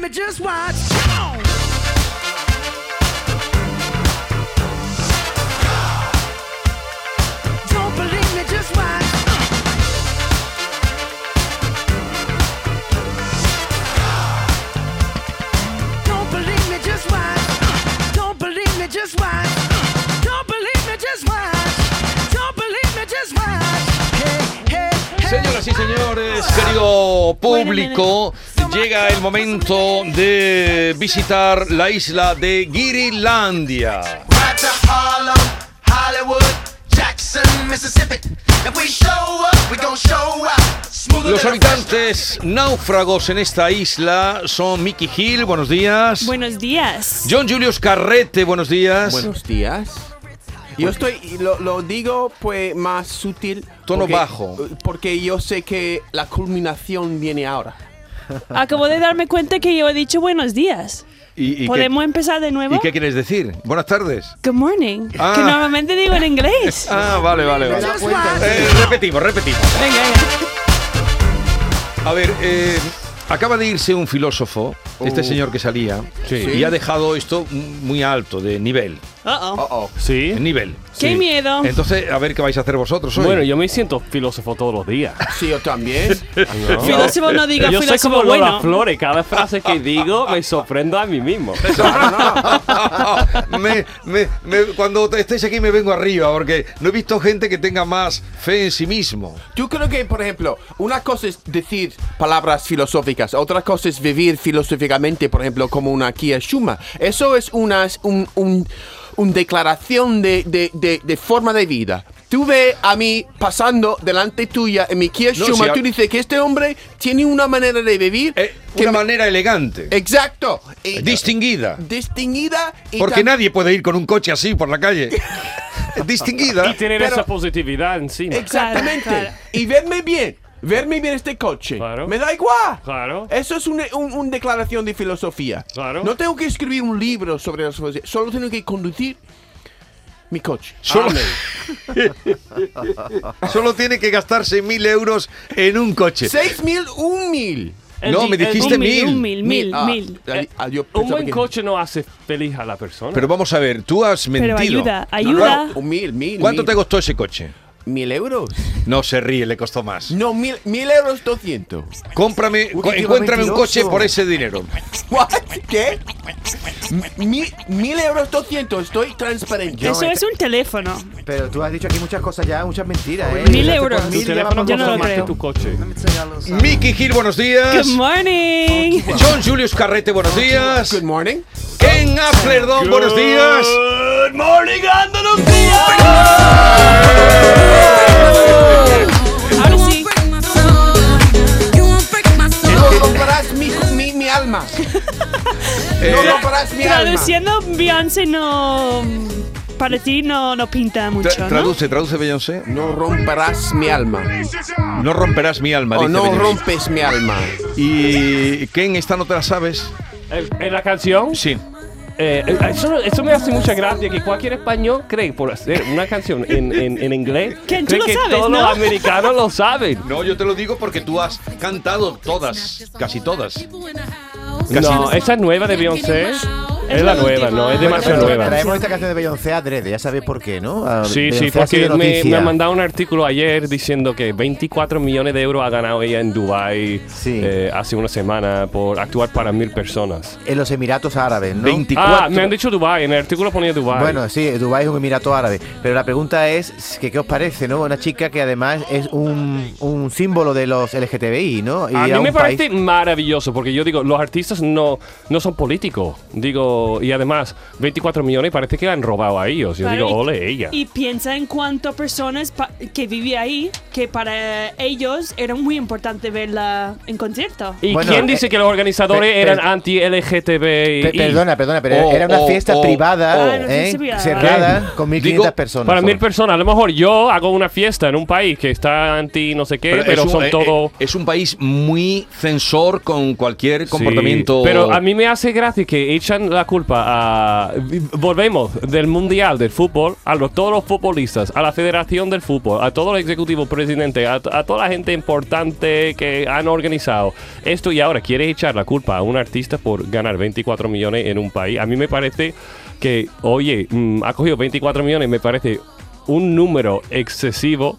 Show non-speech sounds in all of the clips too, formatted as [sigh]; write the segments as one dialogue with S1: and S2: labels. S1: me just watch. Don't believe me, just watch. Don't believe me, just watch. Don't believe me, just watch. Don't believe me, just watch. Don't believe me, just watch. Hey, hey, hey.
S2: Señoras y señores, querido público, llega el momento de visitar la isla de Girilandia.
S3: Right to Harlem, Hollywood, Jackson, Mississippi. If we show up, we gon' show up. Smoother
S2: Los
S3: than a fresh
S2: habitantes náufragos en esta isla son Mickey Hill, buenos días.
S4: Buenos días.
S2: John Julius Carrete, buenos días.
S5: Buenos días. Yo estoy, y lo, lo digo pues más sutil. eh,
S2: Tono bajo.
S5: Porque yo sé que la culminación viene ahora.
S4: Acabo de darme cuenta que yo he dicho buenos días.
S2: ¿Y, y
S4: ¿Podemos empezar de
S2: qué,
S4: nuevo?
S2: y qué quieres decir? Buenas tardes.
S4: Good morning.
S2: Ah.
S4: Que normalmente digo
S2: [laughs]
S4: en inglés.
S2: Ah, vale, vale, vale.
S1: Just watch.
S2: Eh, repetimos, repetimos.
S4: Venga, venga.
S2: A ver, eh, acaba de irse un filósofo, este señor que salía, y ha dejado esto muy alto de nivel.
S4: Uh-oh.
S6: Sí.
S2: de nivel.
S4: Qué miedo.
S2: Entonces, a ver qué vais a hacer vosotros hoy.
S6: Bueno, yo me siento filósofo todos los días.
S5: Sí, yo [laughs] también.
S4: Filósofo no diga
S6: yo soy
S4: filósofo
S6: como Lola
S4: bueno.
S6: Flores. Cada frase que digo me sorprendo a mí mismo.
S2: [laughs] Me- me- me- cuando estéis aquí me vengo arriba, porque no he visto gente que tenga más fe en sí mismo.
S5: Yo creo que, por ejemplo, una cosa es decir palabras filosóficas, otra cosa es vivir filosóficamente, por ejemplo, como una Kia Shuma. Eso es una es un, un- un declaración de, de- de- de forma de vida. Tú ves a mí pasando delante tuya en mi Kia
S2: No,
S5: Shuma,
S2: si a-
S5: tú dices que este hombre tiene una manera de vivir
S2: Eh,
S5: que
S2: una
S5: me-
S2: manera elegante,
S5: Exacto. Y-
S2: distinguida.
S5: distinguida y
S2: Porque
S5: tam-
S2: nadie puede ir con un coche así por la calle. distinguida.
S6: Y tener
S5: Pero-
S6: esa positividad encima.
S5: Exactamente.
S4: Claro, claro.
S5: Y verme bien. Verme bien este coche.
S6: Claro.
S5: Me da igual.
S6: Claro.
S5: Eso es una un, un declaración de filosofía.
S6: Claro.
S5: No tengo que escribir un libro sobre la filosofía. Solo tengo que conducir mi coche.
S6: Ah.
S2: Solo, [laughs] Solo tiene que gastarse mil euros en un coche.
S5: Seis mil, un mil.
S6: El
S2: No,
S6: di-
S2: me
S6: el
S2: dijiste
S4: Un mil,
S2: mil.
S4: un mil, mil,
S5: Ah,
S4: mil. Eh,
S5: ahí- ah, yo
S6: Un
S5: pensaba
S6: buen
S5: que-
S6: coche no hace feliz a la persona.
S2: Pero vamos a ver, tú has mentido.
S4: Pero ayuda,
S5: No, no,
S4: ayuda.
S5: un mil, mil.
S2: ¿Cuánto
S5: mil.
S2: te costó ese coche?
S5: Mil euros.
S2: No se ríe, le costó más.
S5: No, mil, mil euros doscientos. [laughs]
S2: Cómprame,
S5: Uy,
S2: co-
S5: qué
S2: encuéntrame un coche
S5: mentiroso.
S2: por ese dinero.
S5: What? ¿Qué? Mil, mil euros doscientos. Estoy transparente.
S4: Eso es un teléfono.
S7: Pero tú has dicho aquí muchas cosas ya, muchas mentiras, ¿eh?
S4: Mil euros.
S6: tu
S4: Mil,
S6: teléfono
S4: yo no
S6: costó
S4: lo
S6: más que
S4: creo.
S6: tu coche.
S2: Mickey Gil, buenos días.
S4: Good morning.
S2: John Julius Carrete, buenos días.
S5: Good morning.
S2: Ken Afflerdon, buenos días.
S6: Good morning, Andalucía.
S4: Ahora sí.
S5: No romperás mi, mi, mi alma. No romperás mi alma.
S4: Traduciendo Beyoncé no. Para ti no, no pinta mucho,
S2: Tra-
S4: ¿no?
S2: traduce, traduce, Beyoncé.
S5: No romperás mi alma.
S2: No romperás mi
S6: Oh,
S2: alma,
S5: O
S2: dice
S5: no
S2: Beyoncé.
S5: rompes mi alma.
S2: Y Ken, esta no te la sabes.
S6: Eh, En la canción,
S2: Sí.
S6: eh, eh, eso, eso me hace mucha gracia que cualquier español cree por hacer una canción en, en, en inglés.
S4: [laughs] Que tú
S6: cree
S4: lo
S6: que
S4: sabes,
S6: todos
S4: ¿no?
S6: los americanos lo saben.
S2: No, yo te lo digo porque tú has cantado todas, casi
S6: Eh,
S2: todas.
S6: No, esa es nueva de Beyoncé. Es la nueva, no, es demasiado
S7: Pero
S6: nueva.
S7: Traemos esta canción de Beyoncé adrede, ya sabéis por qué, ¿no? A-
S6: Sí,
S7: Beyoncé
S6: sí,
S7: ha sido
S6: porque me,
S7: noticia.
S6: me ha mandado un artículo ayer diciendo que 24 millones de euros ha ganado ella en Dubai
S7: Sí.
S6: eh, hace una semana por actuar para mil personas.
S7: En los Emiratos Árabes, ¿no?
S2: 24.
S6: Ah, me han dicho Dubai, en el artículo ponía Dubai.
S7: Bueno, sí, Dubái es un emirato árabe. Pero la pregunta es que qué os parece, ¿no? Una chica que además es un, un símbolo de los LGTBI, ¿no? Y
S6: a mí
S7: un
S6: me
S7: país-
S6: parece maravilloso porque yo digo, los artistas no, no son políticos. Digo, y además, 24 millones parece que han robado a ellos. Yo
S4: Claro,
S6: digo,
S4: y-
S6: ole ella.
S4: Y piensa en cuántas personas pa- que vivían ahí, que para ellos era muy importante verla en concierto.
S6: ¿Y
S7: Bueno,
S6: quién
S7: eh,
S6: dice que los organizadores
S7: pe-
S6: eran
S7: pe-
S6: anti-LGTBI?
S7: Pe- perdona, perdona, pero
S2: Oh,
S7: era una
S2: oh,
S7: fiesta
S2: oh,
S7: privada,
S2: oh.
S4: Ah, era
S7: ¿eh?
S4: fiesta privada.
S7: cerrada, con 1.500
S2: Digo,
S7: personas.
S6: Para
S7: solo.
S6: mil personas, a lo mejor yo hago una fiesta en un país que está anti no sé qué, pero,
S2: es un,
S6: son
S2: eh,
S6: todo...
S2: eh, Es un país muy censor con cualquier
S6: Sí,
S2: comportamiento.
S6: Pero a mí me hace gracia que echan la culpa a. Volvemos del Mundial del Fútbol, a los, todos los futbolistas, a la Federación del Fútbol, a todos los ejecutivos presidentes, a, a toda la gente importante que han organizado esto y ahora quieres echar la culpa a un artista por ganar 24 millones en un país. A mí me parece que, oye, mm, ha cogido 24 millones, me parece un número excesivo.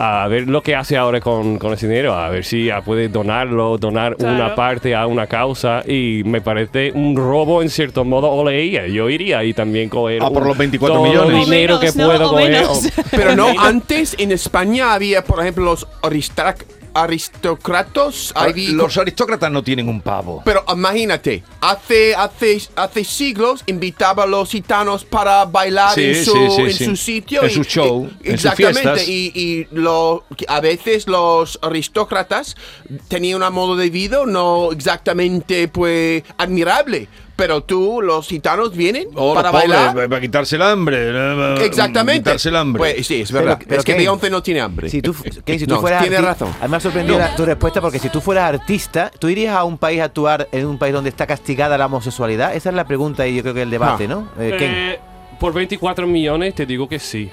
S6: A ver lo que hace ahora con, con ese dinero, a ver si ah, puede donarlo, donar una
S4: Claro.
S6: parte a una causa y me parece un robo en cierto modo o leía. Yo iría y también coger
S2: Ah, por
S6: un-
S2: los 24
S6: todo
S2: millones.
S6: el dinero
S4: O
S6: que
S4: menos, ¿no?
S6: puedo
S4: O
S6: coger.
S4: menos.
S6: o-
S5: Pero no, antes en España había, por ejemplo, los aristrac- aristocratos. había-
S2: Ah, Los aristócratas no tienen un pavo.
S5: Pero imagínate, hace, hace, hace siglos invitaba a los gitanos para bailar
S2: Sí,
S5: en, su,
S2: sí, sí,
S5: en
S2: sí.
S5: su sitio.
S2: En
S5: y-
S2: su show,
S5: y-
S2: en sus
S5: exactamente.
S2: fiestas.
S5: Y, y lo, a veces los aristócratas tenían un modo de vida no exactamente pues admirable. Pero tú, los gitanos vienen
S2: Oh,
S5: para
S2: los pobres,
S5: bailar.
S2: pa- para quitarse el hambre. eh, pa-
S5: Exactamente.
S2: Quitarse el hambre.
S5: Pues, sí, es verdad.
S7: Pero- pero
S5: es que
S7: Ken,
S5: Beyoncé no tiene hambre. Eh,
S7: Si tú, fu- que si tú
S5: No,
S7: fueras
S5: tiene
S7: arti-
S5: razón.
S7: A mí me ha sorprendido la- tu respuesta porque si tú fueras artista, ¿tú irías a un país a actuar en un país donde está castigada la homosexualidad? Esa es la pregunta y yo creo que el debate,
S5: Ah.
S7: ¿no? Eh, Ken.
S6: Eh, por 24 millones te digo que sí.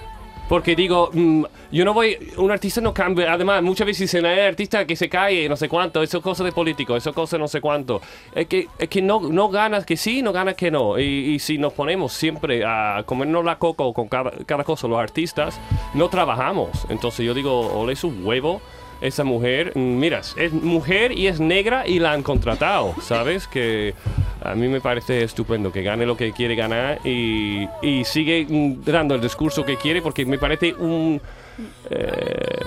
S6: Porque digo, mm, yo no voy, un artista no cambia, además muchas veces dicen, "Eh, artista que se cae, no sé cuánto, eso es cosa de político, eso es cosa de no sé cuánto. Es que, es que no, no ganas que sí, no ganas que no. Y, y si nos ponemos siempre a comernos la coco con cada, cada cosa, los artistas, no trabajamos. Entonces yo digo, ole su huevo, esa mujer, mm, mira, es mujer y es negra y la han contratado, ¿sabes? Que a mí me parece estupendo que gane lo que quiere ganar y, y sigue mm, dando el discurso que quiere porque me parece un... eh,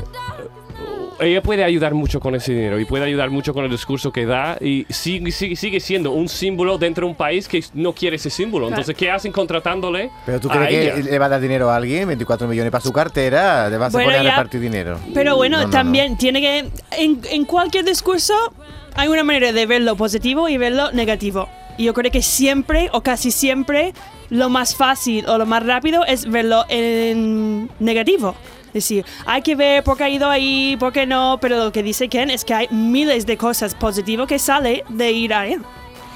S6: ella puede ayudar mucho con ese dinero y puede ayudar mucho con el discurso que da y sigue, sigue, sigue siendo un símbolo dentro de un país que no quiere ese símbolo. Entonces, ¿qué hacen contratándole?
S7: Pero tú
S6: a
S7: crees
S6: ella?
S7: que le va a dar dinero a alguien, 24 millones para su cartera, le vas
S4: Bueno,
S7: a poner
S4: ya.
S7: a repartir dinero.
S4: Pero bueno,
S7: No, no, no.
S4: también tiene que. En, en cualquier discurso hay una manera de ver lo positivo y ver lo negativo. Y yo creo que siempre o casi siempre lo más fácil o lo más rápido es verlo en negativo. Es decir, hay que ver por qué ha ido ahí, por qué no, pero lo que dice Ken es que hay miles de cosas positivas que sale de ir a él.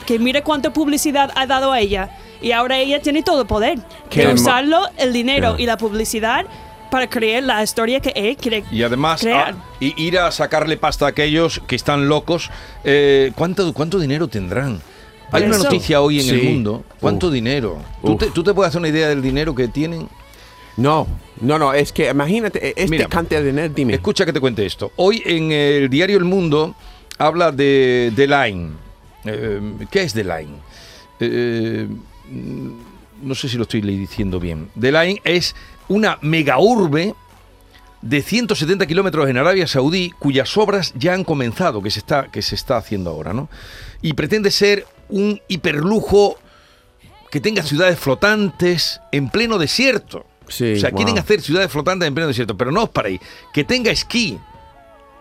S4: Que mire cuánta publicidad ha dado a ella. Y ahora ella tiene todo el poder.
S5: Qué
S4: de
S5: hermo-
S4: usarlo, el dinero y la publicidad para crear la historia que él quiere
S2: Y además,
S4: crear.
S2: a- y ir a sacarle pasta a aquellos que están locos. eh, ¿cuánto, ¿Cuánto dinero tendrán? Hay
S4: Por
S2: una
S4: eso.
S2: noticia hoy en el
S5: Sí.
S2: mundo. ¿Cuánto dinero? ¿Tú
S5: Uf.
S2: te, ¿Tú te puedes hacer una idea del dinero que tienen?
S5: No, no, no, es que imagínate, eh, este
S2: Mira,
S5: cante de dinero, dime.
S2: Escucha que te cuente esto. Hoy en el diario El Mundo habla de, de Line. Eh, ¿Qué es The Line? Eh, no sé si lo estoy le- diciendo bien. The Line es una mega urbe de 170 kilómetros en Arabia Saudí, cuyas obras ya han comenzado, que se está, que se está haciendo ahora, ¿no? Y pretende ser un hiperlujo que tenga ciudades flotantes en pleno desierto.
S5: Sí,
S2: o sea, quieren
S5: wow.
S2: hacer ciudades flotantes en pleno desierto, pero no os paréis. Que tenga esquí.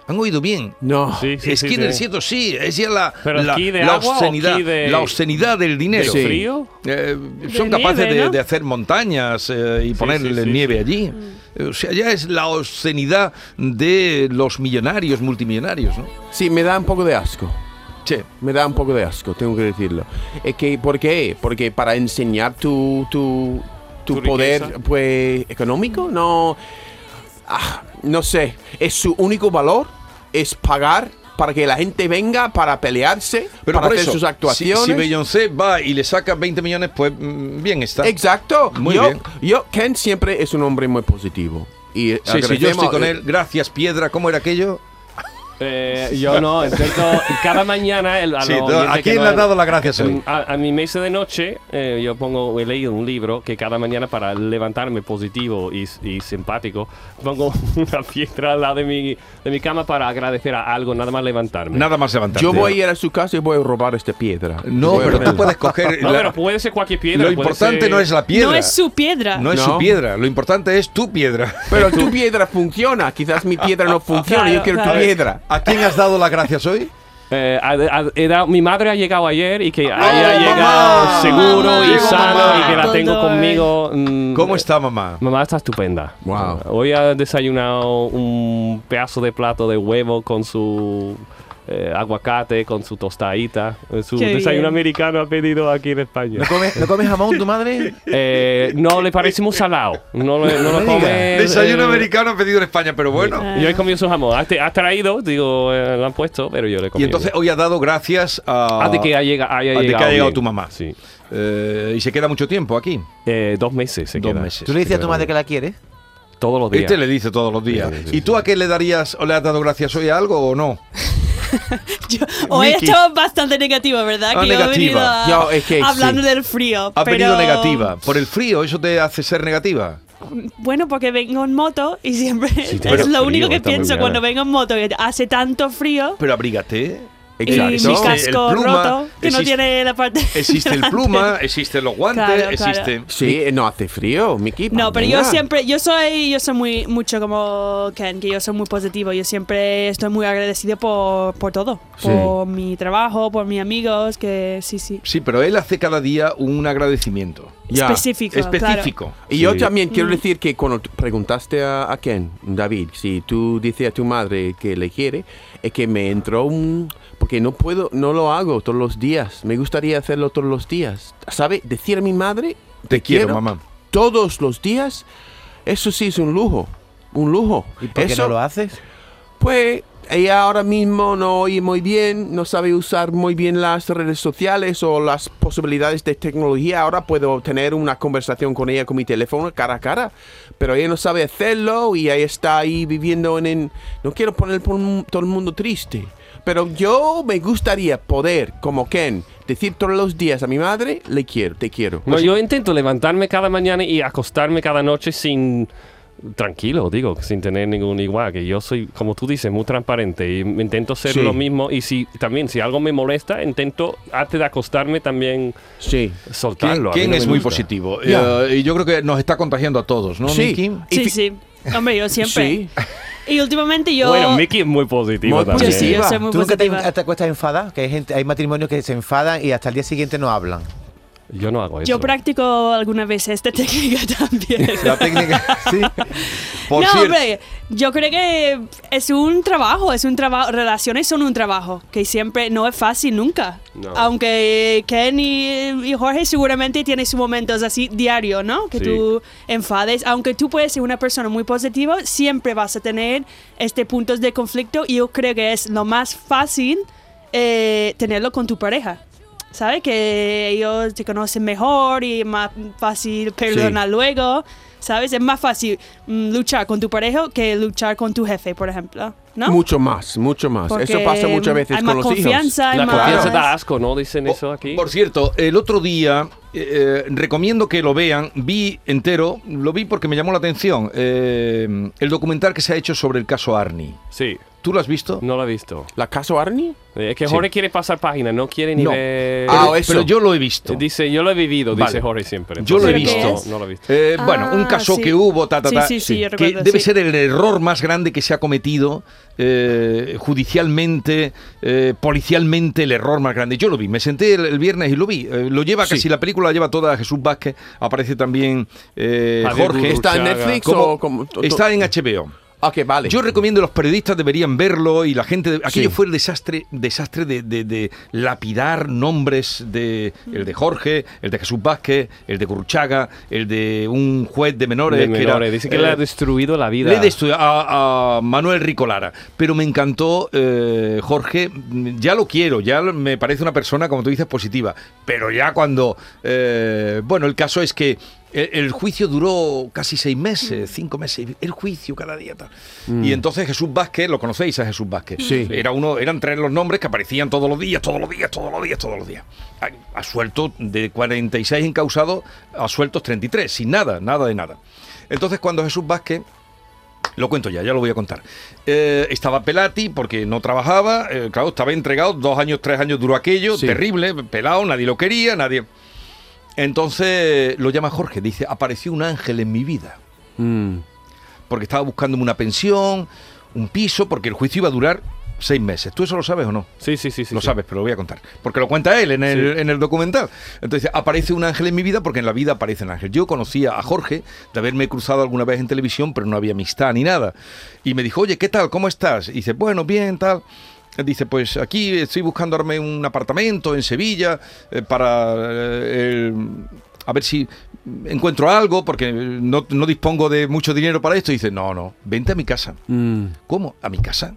S2: ¿Han oído bien?
S5: No.
S6: Sí, sí,
S2: esquí
S6: sí,
S2: en el
S6: sí.
S2: desierto, sí. Es ya la,
S6: Pero
S2: la,
S6: esquí de
S2: la
S6: agua o
S2: obscenidad,
S6: esquí de-
S2: la obscenidad del dinero.
S6: ¿De
S5: Sí.
S6: frío?
S2: Eh, son
S4: De
S2: capaces
S4: nieve,
S2: de,
S4: ¿no?
S2: de hacer montañas eh, y ponerle
S6: sí, sí,
S2: nieve allí.
S4: Mm.
S2: O sea, ya es la obscenidad de los millonarios, multimillonarios, ¿no?
S5: Sí, me da un poco de asco.
S2: Che,
S5: Me da un poco de asco, tengo que decirlo. Es que, ¿por qué? Porque para enseñar tu, tu, tu
S6: Tu
S5: poder
S6: riqueza.
S5: pues, económico, no. Ah, no sé. Es su único valor, es pagar para que la gente venga para pelearse,
S2: pero
S5: para
S2: por
S5: hacer
S2: eso,
S5: sus
S2: si-
S5: actuaciones.
S2: Si, Beyoncé va y le saca 20 millones, pues mm, bien está.
S5: Exacto.
S2: Muy
S5: yo,
S2: bien.
S5: yo, Ken siempre es un hombre muy positivo. Y eh,
S2: Sí, sí, yo estoy
S5: agradecemos-
S2: con él. Gracias, piedra. ¿Cómo era aquello?
S6: Eh, yo no, intento cada mañana. El, a
S2: Sí,
S6: los
S2: no, ¿a
S6: oyentes que
S2: quién
S6: no
S2: le has
S6: han-
S2: dado las gracias hoy?
S6: Mm, A, a mi mesa de noche, eh, yo pongo, he leído un libro que cada mañana para levantarme positivo y, y simpático, pongo [laughs] una piedra al lado de mi, de mi cama para agradecer a algo, nada más levantarme.
S2: Nada más levantarte.
S5: Yo voy a ir a su casa y voy a robar esta piedra.
S2: No,
S5: Voy a
S2: pero tú
S5: poner-
S2: puedes coger.
S6: No,
S2: la-
S6: pero puede ser cualquier piedra.
S2: lo
S6: puede
S2: importante
S6: ser-
S2: no es la piedra.
S4: No es su piedra.
S2: No es
S5: No.
S2: su piedra. Lo importante es tu piedra.
S5: Pero tu piedra funciona, quizás mi piedra no funciona, yo
S4: Claro,
S5: quiero tu
S4: claro.
S5: piedra.
S2: ¿A quién has dado las gracias hoy?
S6: Eh, ha- ha- he dado- mi madre ha llegado ayer y que haya
S2: ¡Oh, mamá!
S6: llegado seguro
S4: Mamá,
S6: y
S4: llegó
S6: sano
S4: mamá.
S6: y que la tengo
S4: Condor.
S6: conmigo. mm,
S2: ¿Cómo está mamá?
S6: Mamá está estupenda.
S5: Wow.
S6: Hoy ha desayunado un pedazo de plato de huevo con su eh, aguacate con su tostadita, eh, su
S4: Qué
S6: desayuno
S4: bien.
S6: americano ha pedido aquí en España.
S7: ¿No come, no come jamón tu madre?
S6: Eh, no, le parece muy salado. No, lo- no lo
S7: me
S6: come.
S7: digas.
S2: Desayuno
S6: eh,
S2: americano pedido en España, pero bueno.
S6: Yo he comido su jamón. Has, te- has traído, digo, eh, lo han puesto, pero yo le he
S2: Y
S6: comido.
S2: entonces hoy ha dado gracias a.
S6: Ah, de que haya, haya
S2: a de que
S6: llegado
S2: ha llegado
S6: bien.
S2: tu mamá.
S6: Sí.
S2: Eh, y se queda mucho tiempo aquí.
S6: Eh, dos meses se
S2: Dos
S6: queda.
S2: meses.
S7: ¿Tú le dices a tu madre que la quieres?
S6: Todos los días.
S2: Este le dice todos los días.
S6: Sí, sí,
S2: ¿Y tú a qué le darías o le has dado gracias hoy a algo o no?
S4: Yo- hoy
S2: Miki.
S4: estaba bastante negativa, ¿verdad?
S2: Ah,
S4: que yo he venido
S2: negativa.
S4: a-
S5: Yo, es que sí.
S4: hablando del frío.
S2: Has venido
S4: pero-
S2: negativa. ¿Por el frío eso te hace ser negativa?
S4: Bueno, porque vengo en moto y siempre [laughs]
S6: está
S4: es
S6: frío
S4: lo único que
S6: esta
S4: pienso
S6: mañana.
S4: cuando vengo en moto, que hace tanto frío
S2: Pero abrígate.
S4: y
S6: Exacto.
S4: mi
S6: Sí,
S4: casco
S2: el pluma,
S4: roto, que
S2: existe-
S4: no tiene la parte [laughs]
S2: Existe el
S4: delante.
S2: pluma, existen los guantes,
S4: Claro, claro.
S2: existe...
S5: Sí, eh, no hace frío, Miki.
S4: No, pero
S2: Ah.
S4: yo
S5: mañana.
S4: siempre, yo soy, yo soy muy, mucho como Ken, que yo soy muy positivo. Yo siempre estoy muy agradecido por, por todo.
S5: Sí.
S4: Por mi trabajo, por mis amigos, que sí, sí.
S2: Sí, pero él hace cada día un agradecimiento.
S5: Ya.
S4: Específico.
S2: específico.
S5: Y yo también quiero
S4: Mm.
S5: decir que cuando tú preguntaste a, a Ken, David, si tú dices a tu madre que le quiere, es que me entró un... Porque no puedo, no lo hago todos los días. Me gustaría hacerlo todos los días. ¿Sabe? Decir a mi madre...
S2: Te, quiero, mamá.
S5: Todos los días, eso sí es un lujo. Un lujo.
S7: ¿Y por qué
S5: Eso-
S7: no lo haces?
S5: pues ella ahora mismo no oye muy bien, no sabe usar muy bien las redes sociales o las posibilidades de tecnología. Ahora puedo tener una conversación con ella con mi teléfono cara a cara, pero ella no sabe hacerlo y ella está ahí viviendo en... en- no quiero poner por un- todo el mundo triste, pero yo me gustaría poder, como Ken, decir todos los días a mi madre, le quiero, te quiero.
S2: Pues
S6: No, yo intento levantarme cada mañana y acostarme cada noche sin. Tranquilo, digo, sin tener ningún igual. Que yo soy, como tú dices, muy transparente y me intento ser
S5: Sí.
S6: lo mismo. Y si también, si algo me molesta, intento, antes de acostarme, también
S5: Sí.
S2: ¿Quién,
S6: soltarlo. A mí
S2: quién
S6: no me
S2: es muy
S6: gusta.
S2: positivo?
S5: Ya.
S2: Eh, y yo creo que nos está contagiando a todos, ¿no,
S5: Sí.
S2: Miki?
S5: Y
S4: Sí,
S5: fi-
S4: sí. Hombre, yo siempre.
S5: Sí.
S4: Y últimamente yo.
S6: Bueno, Mickey es muy positivo
S5: Muy
S6: también.
S4: yo sí, yo
S5: positiva.
S4: soy muy
S7: ¿Tú nunca te, ah,
S4: positiva.
S7: te acuestas enfadada? Que hay, gente, hay matrimonios que se enfadan y hasta el día siguiente no hablan.
S6: Yo no hago eso.
S4: Yo practico algunas veces esta [laughs] técnica también.
S2: La técnica, sí. Por
S4: no,
S2: cierto,
S4: hombre, yo creo que es un trabajo, es un trabajo, relaciones son un trabajo, que siempre no es fácil nunca.
S6: No.
S4: Aunque Ken y, y Jorge seguramente tienen sus momentos así diario, ¿no? Que
S6: Sí.
S4: tú enfades, aunque tú puedes ser una persona muy positiva, siempre vas a tener este puntos de conflicto y yo creo que es lo más fácil eh, tenerlo con tu pareja. ¿Sabes? Que ellos te conocen mejor y es más fácil perdonar luego. ¿Sabes? Es más fácil mm, luchar con tu pareja que luchar con tu jefe, por ejemplo. ¿No?
S5: Mucho más, mucho más. Eso
S4: Porque
S5: pasa muchas veces
S4: hay
S5: con
S4: más
S5: los hijos.
S4: confianza, hay
S6: La
S4: más-
S6: confianza da asco, ¿no? Dicen
S2: po-
S6: eso aquí.
S2: Por cierto, el otro día, eh, eh, recomiendo que lo vean, vi entero, lo vi porque me llamó la atención, eh, el documental que se ha hecho sobre el caso Arni.
S6: Sí,
S2: ¿Tú lo has visto?
S6: no lo he visto.
S5: ¿La caso Arnie?
S6: Eh, Es que Jorge quiere pasar página, no quiere ni
S2: No.
S6: ver.
S5: Ah,
S2: Pero-
S5: eso.
S2: Pero yo lo he visto.
S6: Dice, yo lo he vivido,
S2: Vale.
S6: dice Jorge siempre.
S2: Yo lo he
S6: Entonces,
S4: visto.
S6: No, no lo he visto.
S2: Eh,
S4: Ah,
S2: bueno, un caso
S4: sí.
S2: que hubo, ta, ta,
S4: Sí,
S2: ta,
S4: sí, sí, yo
S2: que
S4: recuerdo,
S2: debe
S4: sí.
S2: ser el error más grande que se ha cometido eh, judicialmente, eh, policialmente, el error más grande. Yo lo vi, me senté el, el viernes y lo vi. Eh, lo lleva
S5: Sí.
S2: casi la película, la lleva toda Jesús Vázquez, aparece también eh,
S6: Javier
S2: Jorge.
S6: Gurruchaga.
S5: ¿Está en Netflix
S2: Como-
S5: o como- to- to-
S2: está en HBO.
S5: Ok, vale.
S2: Yo recomiendo los periodistas deberían verlo y la gente. Aquello
S5: Sí.
S2: fue el desastre, desastre de, de- de lapidar nombres de el de Jorge, el de Jesús Vázquez, el de Curruchaga, el de un juez de menores.
S6: De
S2: que era,
S6: menores. Dice que le ha
S2: eh,
S6: destruido la vida.
S2: le he destruido a, a Manuel Rico Lara, pero me encantó eh, Jorge. mm, Ya lo quiero, ya lo- me parece una persona, como tú dices, positiva. Pero ya cuando. eh, bueno, el caso es que el, el juicio duró casi seis meses, cinco meses. El juicio cada día. tal. Y entonces Jesús Vázquez, lo conocéis a Jesús Vázquez.
S5: Sí.
S2: Era uno, eran tres los nombres que aparecían todos los días, todos los días, todos los días, todos los días. Ha, ha suelto de 46 encausados, ha suelto 33, sin nada, nada de nada. Entonces cuando Jesús Vázquez lo cuento ya, ya lo voy a contar. Eh, estaba Pelati porque no trabajaba, eh, claro, estaba entregado, dos años, tres años duró aquello,
S5: Sí.
S2: terrible, pelado, nadie lo quería, nadie. Entonces lo llama Jorge, dice, apareció un ángel en mi vida,
S5: Mm.
S2: porque estaba buscándome una pensión, un piso, porque el juicio iba a durar seis meses. ¿Tú eso lo sabes o no?
S6: Sí, sí, sí. sí
S2: lo
S6: sí.
S2: sabes, pero lo voy a contar. Porque lo cuenta él en el,
S6: Sí.
S2: en el documental. Entonces, aparece un ángel en mi vida porque en la vida aparece un ángel. Yo conocía a Jorge de haberme cruzado alguna vez en televisión, pero no había amistad ni nada. Y me dijo, oye, ¿qué tal? ¿Cómo estás? Y dice, bueno, bien, tal. Dice, pues aquí estoy buscando arme un apartamento en Sevilla eh, para eh, el- a ver si encuentro algo, porque no, no dispongo de mucho dinero para esto. Y dice, no, no, vente a mi casa.
S5: mm,
S2: ¿Cómo? ¿A mi casa?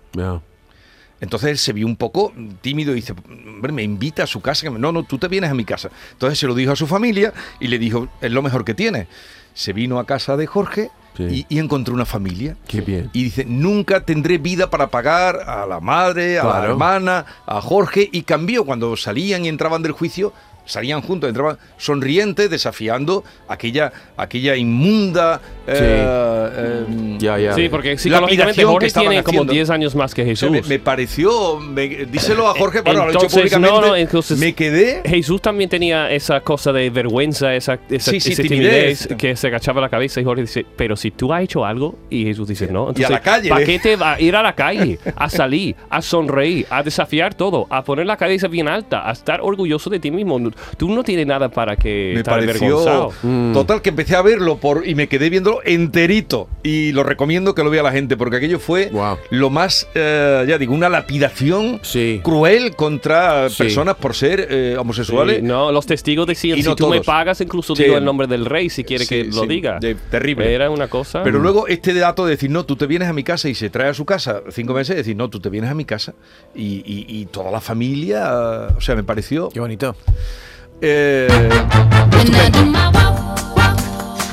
S2: Entonces él se vio un poco tímido y dice, hombre, me invita a su casa. que me- No, no, tú te vienes a mi casa. Entonces se lo dijo a su familia y le dijo, es lo mejor que tiene. Se vino a casa de Jorge
S5: Sí.
S2: y, y encontró una familia.
S5: Qué bien.
S2: Y dice, nunca tendré vida para pagar a la madre, a la
S5: Claro.
S2: hermana, a Jorge. Y cambió cuando salían y entraban del juicio, salían juntos, entraban sonrientes, desafiando aquella, aquella inmunda... eh, eh,
S5: Ya, ya.
S6: Sí, porque psicológicamente
S2: Lapidación que
S6: Jorge
S2: estaban
S6: tiene como
S2: haciendo.
S6: 10 años más que Jesús.
S2: Me, me pareció, me- díselo a Jorge, bueno,
S6: Entonces,
S2: lo he dicho públicamente,
S6: no, no, entonces- eh,
S2: me quedé
S6: Jesús también tenía esa cosa de vergüenza, esa, esa,
S2: Sí, sí,
S6: esa
S2: timidez.
S6: timidez, que se agachaba la cabeza y Jorge dice, pero si tú has hecho algo, y Jesús dice, no,
S2: Y a la calle,
S6: ¿para
S2: ¿eh?
S6: qué te va a ir a la calle? A salir, a sonreír, a desafiar todo, a poner la cabeza bien alta, a estar orgulloso de ti mismo. No- Tú no tienes nada para que
S2: me
S6: estar
S2: pareció
S6: avergonzado.
S5: Mm.
S2: total que empecé a verlo por y me quedé viéndolo enterito y lo recomiendo que lo vea la gente porque aquello fue
S5: Guau.
S2: lo más eh, ya digo una lapidación
S5: Sí.
S2: cruel contra
S5: Sí.
S2: personas por ser eh, homosexuales
S6: Sí, no, los testigos decían,
S2: Y
S6: si
S2: no
S6: tú me
S2: todos.
S6: pagas, incluso
S2: Sí.
S6: digo el nombre del rey, si quiere
S2: Sí,
S6: que lo
S2: sí,
S6: diga.
S2: de- terrible.
S6: Era una cosa...
S2: Pero luego este dato de decir, no, tú te vienes a mi casa y se trae a su casa cinco meses, decir, no, tú te vienes a mi casa y, y- y toda la familia, eh, o sea, me pareció...
S7: Qué bonito.
S2: eh,
S8: When I do my walk, walk,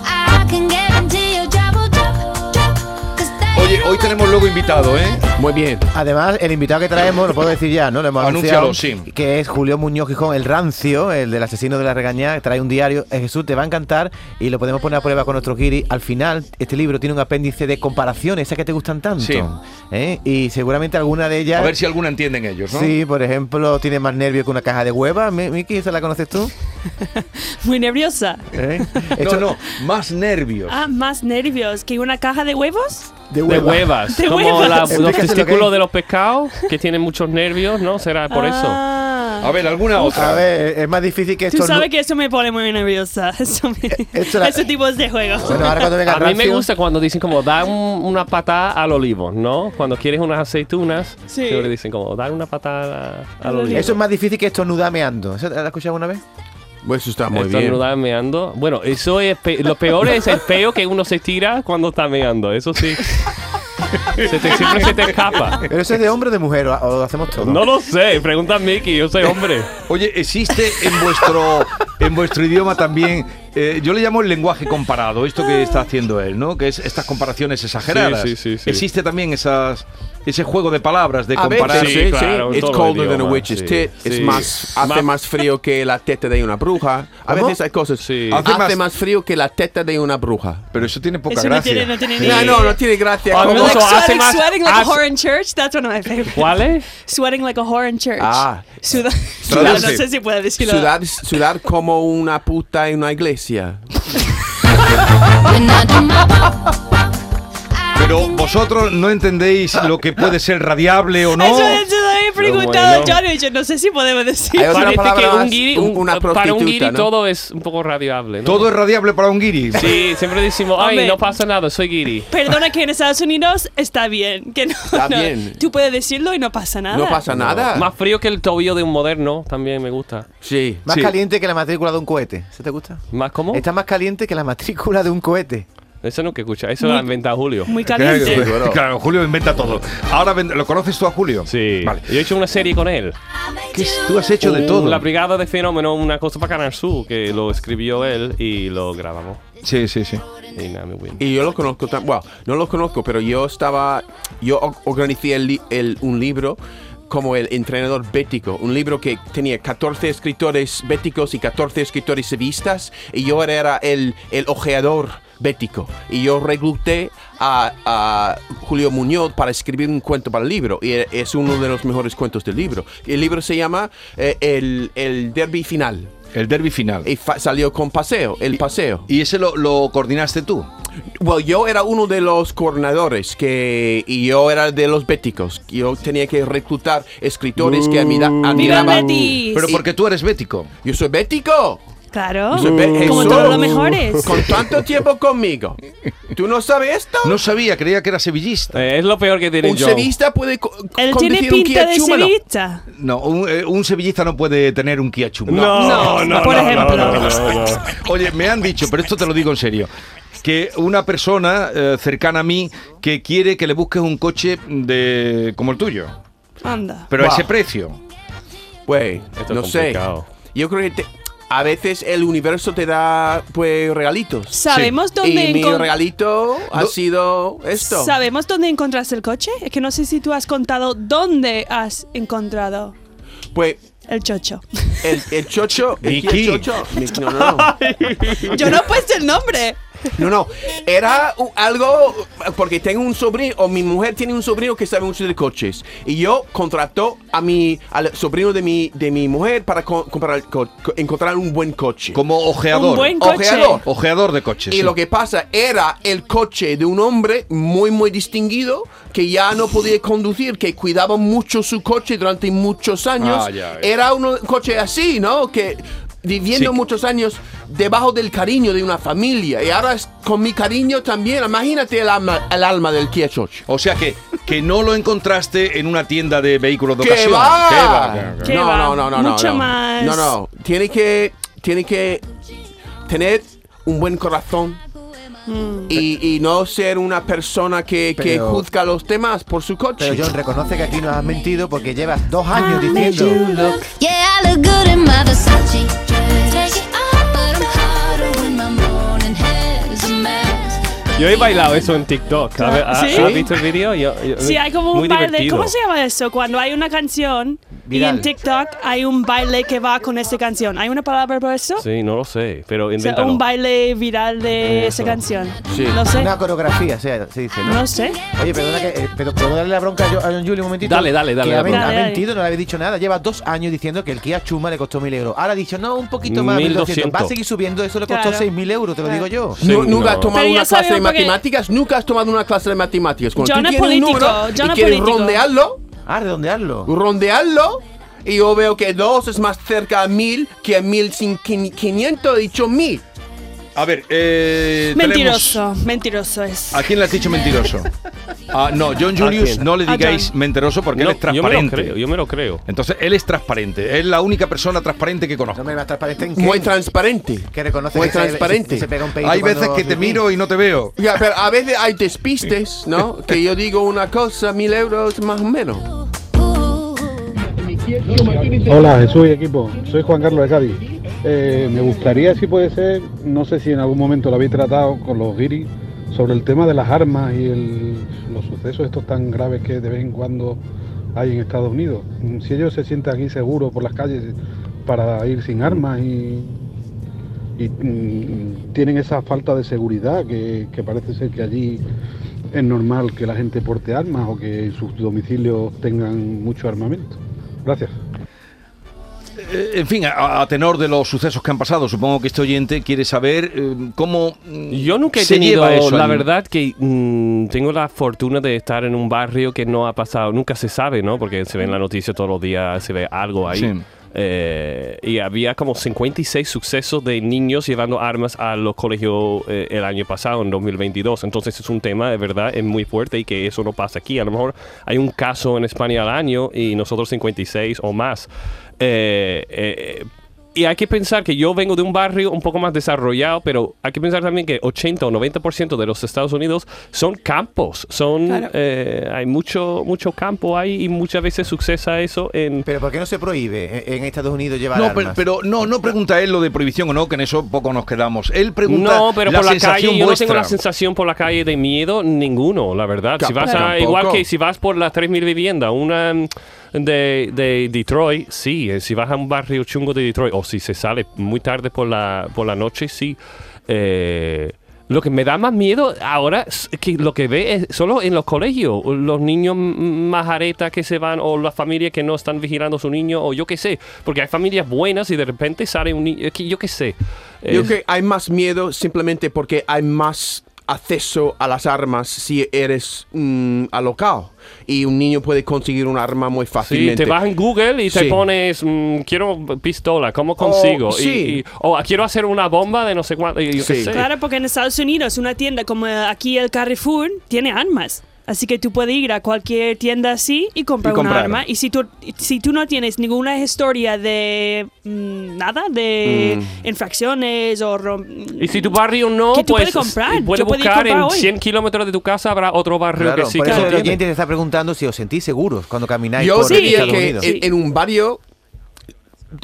S8: I can guarantee your job will drop, drop. 'Cause they
S2: Oye, hoy
S8: don't
S2: tenemos
S8: wake
S2: luego
S8: up [laughs]
S2: invitado, ¿eh?
S5: Muy bien.
S7: Además, el invitado que traemos, lo puedo decir ya, ¿no? Lo hemos
S2: Anúncialo,
S7: anunciado,
S2: sí.
S7: Que es Julio Muñoz Gijón, el rancio, el del asesino de la regañada, que trae un diario. Eh, Jesús, te va a encantar y lo podemos poner a prueba con nuestro Giri. Al final, este libro tiene un apéndice de comparaciones, esas que te gustan tanto.
S2: Sí.
S7: ¿eh? Y seguramente alguna de ellas...
S2: A ver si alguna entienden ellos, ¿no?
S7: Sí, por ejemplo, tiene más nervio que una caja de huevas. Mi- Miki, ¿esa la
S2: [laughs]
S7: conoces tú?
S4: Muy nerviosa.
S7: ¿Eh?
S2: No,
S7: Esto-
S2: no, más nervios.
S4: Ah, más nervios que una caja de huevos.
S6: De huevas.
S4: De
S6: como
S4: huevas.
S6: la- los
S7: Explícate lo que
S6: testículos
S7: es.
S6: de los pescados, que tienen muchos nervios, ¿no? Será por eso.
S4: Ah.
S2: A ver, alguna otra.
S7: A ver, es más difícil que esto...
S4: Tú sabes que eso me pone muy nerviosa. [laughs] Eso me,
S7: esto la-
S4: [laughs] Ese tipo de juegos.
S7: Bueno, ahora cuando venga
S6: [laughs] A mí me
S7: Rancio-
S6: gusta cuando dicen como dar un- una patada al olivo, ¿no? Cuando quieres unas aceitunas,
S4: Sí.
S6: siempre dicen como dar una patada al
S4: Al
S6: olivo.
S4: olivo.
S7: Eso es más difícil que esto meando. ¿Eso- ¿La has escuchado alguna vez?
S5: Pues eso está muy
S6: Estar
S5: bien.
S6: nuda meando. Bueno, eso es pe- lo peor es el peo que uno se tira cuando está meando,
S2: [laughs]
S6: eso sí. Se te- siempre se te escapa.
S7: ¿Pero eso es de hombre o de mujer? ¿O o lo hacemos todo?
S6: No lo sé, pregunta a Mickey, yo soy hombre.
S2: Oye, existe en vuestro en vuestro idioma también, eh, yo le llamo el lenguaje comparado, esto que está haciendo él, ¿no? Que es estas comparaciones exageradas.
S6: Sí, sí, sí, sí.
S2: Existe también esas, ese juego de palabras de
S5: A
S2: comparar.
S5: veces, sí,
S6: Sí, claro, en
S5: sí. It's
S6: todo
S5: colder
S6: idioma,
S5: than a witch's
S6: sí,
S5: tit.
S6: sí.
S5: Es más, hace
S6: Más-
S5: más frío que la teta de una bruja. A
S7: ¿Cómo?
S5: veces hay cosas.
S6: Sí.
S5: Hace,
S2: Hace más-
S5: más... frío que la teta de una bruja.
S2: Pero eso tiene poca
S4: Eso no
S2: gracia.
S4: tiene, no tiene ni
S5: No, no, no tiene gracia.
S6: Ah,
S5: ¿Cómo?
S6: no,
S4: Like
S6: Eso hace
S4: sweating,
S6: más-
S4: sweating like
S6: hace-
S4: a whore in church. That's one of my favorites.
S6: ¿Cuál es?
S4: Sweating like a whore in church.
S5: Ah.
S4: Suda-
S2: Traduce.
S4: Sudar, [laughs] no sé si puede decirlo.
S5: Sudar, sudar como una puta en una iglesia.
S8: When I do my walk, walk, I
S2: Pero
S8: can
S2: vosotros no entendéis lo que puede ser radiable o no.
S4: Eso se lo he preguntado
S6: bueno.
S4: a Johnny. Yo no sé si podemos decir.
S5: Hay otra
S6: Parece
S5: palabra
S6: que un
S5: más,
S6: guiri,
S5: un-
S6: un-
S5: una
S6: para un guiri
S5: prostituta, ¿no?
S6: todo es un poco radiable, ¿no?
S2: Todo es radiable para un guiri.
S6: Sí, siempre decimos, ay,
S4: Hombre.
S6: no pasa nada, soy guiri.
S4: Perdona que en Estados Unidos está bien. Que no,
S5: Está
S4: no.
S5: bien.
S4: Tú puedes decirlo y no pasa nada.
S5: No pasa nada.
S6: Ah. Más frío que el tobillo de un moderno, también me gusta.
S5: Sí,
S7: Más
S5: sí.
S7: caliente que la matrícula de un cohete. ¿Se te gusta?
S6: ¿Más cómo?
S7: Está más caliente que la matrícula de un cohete.
S6: Eso nunca escucha, eso
S4: Muy-
S6: lo ha inventado Julio.
S4: Muy
S2: Claro,
S4: caliente.
S2: claro, Julio inventa todo. Ahora vend- lo conoces tú a Julio.
S6: Sí.
S2: Vale.
S6: Yo he hecho una serie con él.
S2: ¿Qué es- Tú has hecho de todo.
S6: La Brigada de Fenómeno, una cosa para Canal Sur, que lo escribió él y lo grabamos.
S2: Sí, sí, sí.
S6: Y nada, muy bien.
S5: Y yo lo conozco, tan- bueno, no lo conozco, pero yo estaba, yo o- organicé el li- el- un libro como el entrenador bético, un libro que tenía 14 escritores béticos y 14 escritores sevistas, y yo era el, el ojeador bético. Y yo recluté a, a Julio Muñoz para escribir un cuento para el libro, y e- es uno de los mejores cuentos del libro. El libro se llama eh, el, el Derby Final,
S2: El derby final.
S5: y fa- salió con Paseo, El Paseo.
S2: ¿Y ese lo, lo coordinaste tú?
S5: Bueno, yo era uno de los coordinadores que, y yo era de los béticos. Yo tenía que reclutar escritores que admira,
S4: ¡Viva
S5: admiraban.
S4: Betis!
S2: Pero porque tú eres bético.
S5: Yo soy bético.
S4: Claro.
S5: Se ve-
S4: Oh, Como
S5: Jesús,
S4: todos los mejores.
S5: Con tanto tiempo conmigo. ¿Tú no sabes esto?
S2: No sabía, creía que era sevillista.
S6: Eh, es lo peor que tiene
S5: un
S6: John.
S5: sevista puede co-
S4: Él
S5: conducir
S4: tiene
S5: un
S4: pinta
S5: Kia
S4: de
S5: Chuma, ¿no?
S4: sevillista.
S2: No, un, eh, un sevillista no puede tener un Kia Chuma.
S6: No,
S4: No,
S6: no, no,
S4: por
S6: no,
S4: ejemplo.
S6: no, no, no, no.
S2: Oye, me han dicho, pero esto te lo digo en serio, que una persona eh, cercana a mí que quiere que le busques un coche de como el tuyo,
S4: Anda.
S2: pero a
S5: Wow.
S2: ese precio.
S5: Güey,
S6: Esto es
S5: no sé.
S6: complicado.
S5: Yo creo que te- a veces el universo te da pues regalitos.
S4: ¿Sabemos dónde
S5: y mi
S4: encon-
S5: regalito ha
S2: Do-
S5: sido esto.
S4: ¿Sabemos dónde encontraste el coche? Es que no sé si tú has contado dónde has encontrado
S5: Pues
S4: el
S5: [laughs]
S4: chocho.
S5: el, el chocho, el
S2: Mickey.
S5: Kia chocho. Mi- No, no, no.
S4: Yo no he puesto el nombre.
S5: No, no. Era u- algo porque tengo un sobrino o mi mujer tiene un sobrino que sabe mucho de coches y yo contrató a mi al sobrino de mi de mi mujer para co- comprar el co- co- encontrar un buen coche.
S2: Como ojeador.
S4: Un buen coche.
S5: Ojeador.
S2: Ojeador de coches.
S5: Y
S2: sí.
S5: lo que pasa era el coche de un hombre muy, muy distinguido que ya no podía conducir, que cuidaba mucho su coche durante muchos años.
S2: Ah, ya, ya.
S5: Era un coche así, ¿no? Que viviendo
S2: Sí.
S5: muchos años debajo del cariño de una familia. Y ahora es con mi cariño también. Imagínate el alma, el alma del Kia Chocho.
S2: O sea que, que no lo encontraste en una tienda de vehículos de
S5: ¡Qué
S2: ocasión.
S5: va!
S2: ¡Qué va!
S4: ¿Qué
S5: no,
S4: va?
S5: no, no, no, no,
S4: Mucho
S5: no.
S4: más.
S5: No, no. Tiene que, tiene que tener un buen corazón
S4: Mm.
S5: y, y no ser una persona que, que
S7: Pero-
S5: juzga a los demás por su coche.
S7: Pero John, reconoce que aquí nos has mentido porque llevas dos años diciendo.
S8: Yeah, I look good in my Versace dress. Take it off, but I'm hotter when my morning hair's a mess.
S6: Yo he bailado eso en TikTok. ¿sabes? ¿Ha-
S4: ¿Sí?
S6: ¿Has visto el vídeo? Yo- yo-
S4: Sí, hay como
S6: muy
S4: un baile.
S6: divertido.
S4: ¿Cómo se llama eso? Cuando hay una canción y
S7: Viral.
S4: en TikTok hay un baile que va con esa canción. ¿Hay una palabra para eso?
S6: Sí, no lo sé, pero
S4: O sea,
S6: invéntalo.
S4: un baile viral de esa canción.
S5: Sí.
S4: No sé.
S7: Una coreografía, o sea, se dice, ¿no?
S4: No sé.
S7: Oye, perdona que. eh, pero puedo darle la bronca a Jo- a John Julio un momentito.
S6: Dale, dale, dale,
S7: Que
S6: la
S7: ha, men-
S6: bronca.
S7: ha
S4: Dale, dale.
S7: mentido, no le habéis dicho nada. Lleva dos años diciendo que el Kia Chuma le costó 1.000 euros. Ahora ha dicho, no, un poquito más, 1.200. Va a
S6: 1.200.
S7: seguir subiendo, eso le costó
S4: Claro.
S7: 6.000 euros, te lo digo yo.
S6: Sí,
S5: Nu- nunca
S6: no.
S5: has tomado
S4: Pero ya
S5: una clase de
S4: sabemos porque-
S5: matemáticas, nunca has tomado una clase de matemáticas. Cuando
S4: Yo
S5: tú
S4: no es
S5: tienes un
S4: político,
S5: número
S4: yo
S5: y
S4: no es
S5: quieres
S4: político.
S5: rondearlo,
S7: Ah, redondearlo.
S5: rondearlo y yo veo que 2 es más cerca a 1000 que a 1500, he dicho 1000.
S2: A ver, eh, tenemos- Ah,
S4: Mentiroso. Mentiroso es.
S2: ¿A quién le has dicho mentiroso? Ah, no, John Julius,
S6: quién?
S2: no le
S4: A
S2: digáis
S4: John.
S2: mentiroso porque
S6: No,
S2: él es transparente.
S6: Yo me lo creo, yo me lo creo.
S2: Entonces, él es transparente. Es la única persona transparente que
S7: No
S2: conozco.
S7: me va a transparente en
S5: Muy
S7: qué?
S5: transparente.
S7: que reconoce
S5: muy
S7: que se-
S5: transparente.
S7: Se, se pega un peito
S2: Hay veces
S7: cuando
S2: que te
S7: se-
S2: miro y no te veo.
S5: Ya, pero a veces hay despistes, ¿no? Que yo digo una cosa, mil euros más o menos.
S8: Ooh.
S9: Hola Jesús y equipo, soy Juan Carlos de Cádiz. Eh, me gustaría, si puede ser, no sé si en algún momento lo habéis tratado con los guiris, sobre el tema de las armas y el- los sucesos estos tan graves que de vez en cuando hay en Estados Unidos. Mm, Si ellos se sienten aquí seguros por las calles para ir sin armas y, y, mm, tienen esa falta de seguridad que, que parece ser que allí es normal que la gente porte armas o que en sus domicilios tengan mucho armamento. Gracias.
S2: Eh, en fin, a, a tenor de los sucesos que han pasado, supongo que este oyente quiere saber eh, cómo. mm,
S6: Yo nunca he
S2: se
S6: tenido,
S2: lleva eso
S6: la
S2: allí.
S6: verdad que mm, tengo la fortuna de estar en un barrio que no ha pasado, nunca se sabe, ¿no? Porque se ve en la noticia todos los días, se ve algo ahí.
S2: Sí.
S6: Eh, y había como 56 sucesos de niños llevando armas a los colegios eh, el año pasado, en 2022. Entonces es un tema de verdad es muy fuerte y que eso no pasa aquí. A lo mejor hay un caso en España al año y nosotros 56 o más. Eh, eh, y hay que pensar que yo vengo de un barrio un poco más desarrollado, pero hay que pensar también que 80 o 90% de los Estados Unidos son campos. Son,
S4: Claro.
S6: eh, hay mucho, mucho campo ahí y muchas veces sucesa eso en
S7: Pero ¿por qué no se prohíbe eh, en en Estados Unidos llevar
S2: No, pero,
S7: armas?
S2: pero no, no pregunta él lo de prohibición o no, que en eso poco nos quedamos. Él pregunta
S6: no, pero
S2: la
S6: por la calle,
S2: sensación
S6: yo no
S2: vuestra.
S6: tengo la sensación por la calle de miedo ninguno, la verdad. Si vas a,
S5: Tampoco.
S6: igual que si vas por las 3.000 viviendas, una mm, de, de Detroit, sí. eh, Si vas a un barrio chungo de Detroit, o si se sale muy tarde por la, por la noche, sí. Eh, lo que me da más miedo ahora es que lo que ve es solo en los colegios, los niños m- más aretas que se van o las familias que no están vigilando a su niño o yo qué sé, porque hay familias buenas y de repente sale un niño, yo qué sé.
S5: Yo creo
S6: Es-
S5: que hay más miedo simplemente porque hay más acceso a las armas si eres mm, alocado. Y un niño puede conseguir un arma muy
S6: Sí,
S5: fácilmente.
S6: te vas en Google y te
S5: Sí.
S6: pones, mm, quiero pistola, ¿cómo consigo? Y-
S5: sí.
S6: y- o ah, quiero hacer una bomba de no sé cuánto. y yo qué
S5: Sí.
S6: sé.
S4: Claro, porque en Estados Unidos una tienda como eh, aquí el Carrefour tiene armas. Así que tú puedes ir a cualquier tienda así y comprar,
S5: Y comprar.
S4: un arma. Y si tú, si tú no tienes ninguna historia de mm, nada, de infracciones o... rom-
S6: Y si tu barrio no,
S4: Que tú
S6: pues
S4: puedes comprar,
S6: puedes
S4: yo podía
S6: buscar en
S4: comprar hoy.
S6: 100 kilómetros de tu casa, habrá otro barrio
S7: Claro,
S6: que sí
S7: por
S6: que
S7: eso
S6: lo
S7: el
S6: tiene.
S7: oyente te está preguntando si os sentís seguros cuando camináis
S5: Yo
S7: por
S5: diría
S7: Estados
S5: que eh,
S7: Unidos.
S5: en, en un barrio,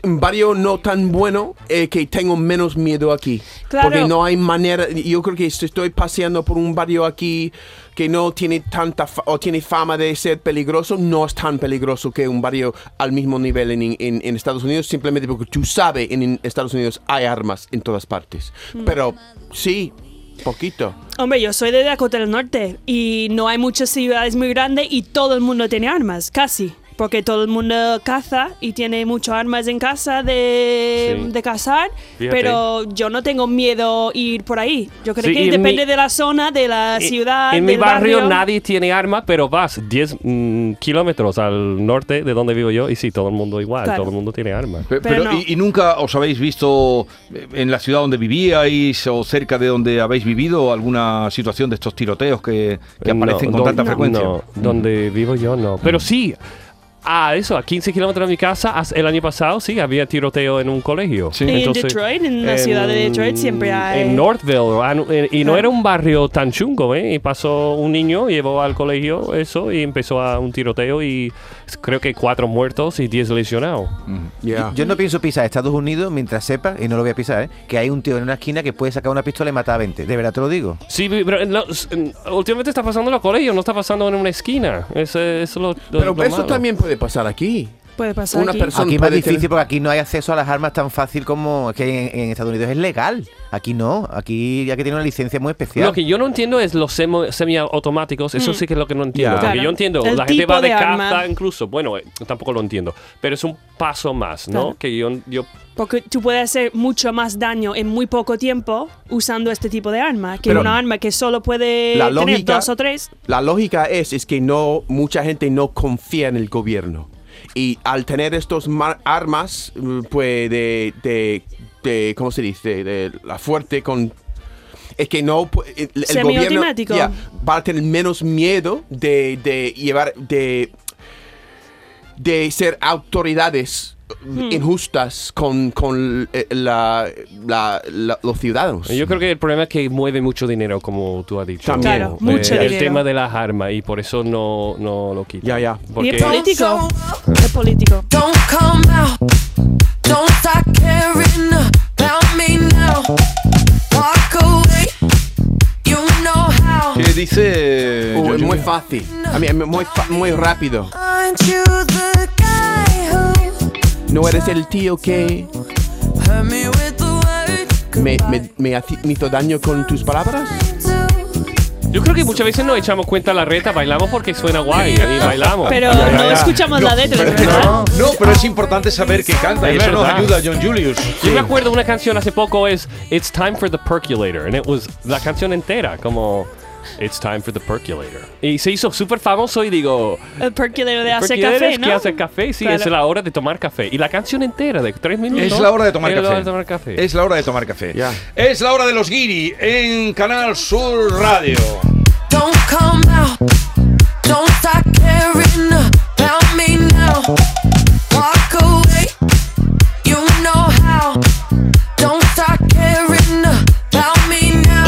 S5: un barrio no tan bueno, eh, que tengo menos miedo aquí.
S4: Claro.
S5: Porque no hay manera, yo creo que si estoy paseando por un barrio aquí que no tiene tanta fa- o tiene fama de ser peligroso, no es tan peligroso que un barrio al mismo nivel en, en- en Estados Unidos, simplemente porque tú sabes, en, en Estados Unidos hay armas en todas partes. Pero sí, poquito.
S4: Hombre, yo soy de Dakota del Norte y no hay muchas ciudades muy grandes y todo el mundo tiene armas, casi. Porque todo el mundo caza y tiene muchas armas en casa de,
S6: Sí.
S4: de cazar,
S6: Fíjate.
S4: pero yo no no tengo miedo ir por ahí. Yo creo
S6: Sí, y
S4: que
S6: en
S4: depende
S6: mi-
S4: de la zona, de la
S6: En-
S4: ciudad.
S6: En mi
S4: del
S6: barrio, nadie tiene arma, pero vas 10 mm, kilómetros al norte de donde vivo yo y sí, todo el mundo igual,
S4: Claro.
S6: todo el mundo tiene arma.
S2: Pe- Pero,
S4: Pero no.
S2: ¿y, y nunca os habéis visto eh, en la ciudad donde vivíais o cerca de donde habéis vivido alguna situación de estos tiroteos que, que aparecen
S6: Eh,
S2: con
S6: No, don-
S2: tanta frecuencia?
S6: No, donde vivo yo no. Pero sí, a eso, a 15 kilómetros de mi casa, as- el año pasado sí había tiroteo en un colegio.
S2: Sí.
S4: Y en
S6: Entonces,
S4: Detroit, en la ciudad de Detroit, siempre hay.
S6: En Northville, ah, no, eh, y no
S4: Ah.
S6: era un barrio tan chungo, ¿eh? Y pasó un niño, llevó al colegio eso y empezó a un tiroteo y creo que cuatro muertos y 10 lesionados.
S5: Yeah.
S7: Yo no pienso pisar Estados Unidos mientras sepa, y no lo voy a pisar, ¿eh? que hay un tío en una esquina que puede sacar una pistola y matar a 20. De verdad te lo digo.
S6: Sí, pero eh, en los- en- mm, últimamente está pasando en los colegios, no está pasando en una esquina. Eso es lo, lo-
S5: Pero
S6: lo
S5: eso
S6: malo.
S5: también puede pasar aquí.
S4: Puede pasar
S5: Una
S4: aquí.
S5: persona- Eso
S7: Aquí es más
S5: puede
S7: difícil
S5: tener-
S7: porque aquí no hay acceso a las armas tan fácil como es que en, en Estados Unidos es legal. Aquí no, aquí ya que tiene una licencia muy especial.
S6: Lo que yo no entiendo es los semi- semiautomáticos, eso sí que es lo que no entiendo.
S5: Ya.
S6: Porque
S4: Claro.
S6: yo entiendo,
S4: Mm. El
S6: la gente
S4: tipo
S6: va de,
S4: de arma.
S6: caza incluso, bueno, eh, tampoco lo entiendo, pero es un paso más, ¿no?
S4: Claro.
S6: Que yo, yo
S4: Porque tú puedes hacer mucho más daño en muy poco tiempo usando este tipo de arma que
S5: Pero
S4: una arma que solo puede
S5: la
S4: tener
S5: lógica-
S4: dos o tres.
S5: La lógica es, es que no, mucha gente no confía en el gobierno. Y al tener estos mar- armas, mm, pues de, de- de- ¿cómo se dice? De la fuerte con... Es que no... pu- El, el gobierno
S4: Semiautomático.
S5: ya, va a tener menos miedo de, de llevar... De, de ser autoridades injustas con, con eh, la- la- la- los ciudadanos.
S6: Yo creo que el problema es que mueve mucho dinero, como tú has dicho. Eh,
S5: También. Claro,
S4: mucho
S6: El
S4: dinero.
S6: tema de las armas y por eso no, no lo quita.
S5: Ya, ya.
S4: Y
S6: Porque
S4: es político. Es político.
S1: Don't come out. Don't start caring about me now. Walk away. You know how.
S2: ¿Qué dice?
S5: Uh, es
S2: Giorgio?
S5: muy fácil. A mí, es muy, fa- muy rápido.
S1: Aren't you the guy who
S5: No eres el tío que
S1: hurt me with the word?
S5: me, me, me haci- me hizo daño con tus palabras.
S6: Yo creo que muchas veces nos echamos cuenta la reta, bailamos porque suena guay y
S4: [laughs]
S6: bailamos.
S4: Pero no escuchamos la letra, ¿verdad?
S2: No, pero es importante saber que canta y
S6: Es
S2: eso nos
S6: verdad.
S2: ayuda John Julius.
S6: Yo me acuerdo una canción hace poco es It's Time for the Percolator. And it was la canción entera, como It's Time for the Percolator. Y se hizo súper famoso y digo.
S4: El percolero de hacer
S6: "Percolator
S4: café,
S6: es
S4: ¿no?
S6: que hace café, sí,
S4: Claro.
S6: es la hora de tomar café. Y la canción entera de tres minutos.
S2: Es la hora de tomar
S6: es
S2: café.
S6: la hora de tomar café.
S2: Es la hora de tomar café.
S5: Ya.
S2: Es la hora de los guiri en Canal Sur Radio.
S1: Don't come out. Don't start caring about me now. Walk away. You know how. Don't start caring about me now.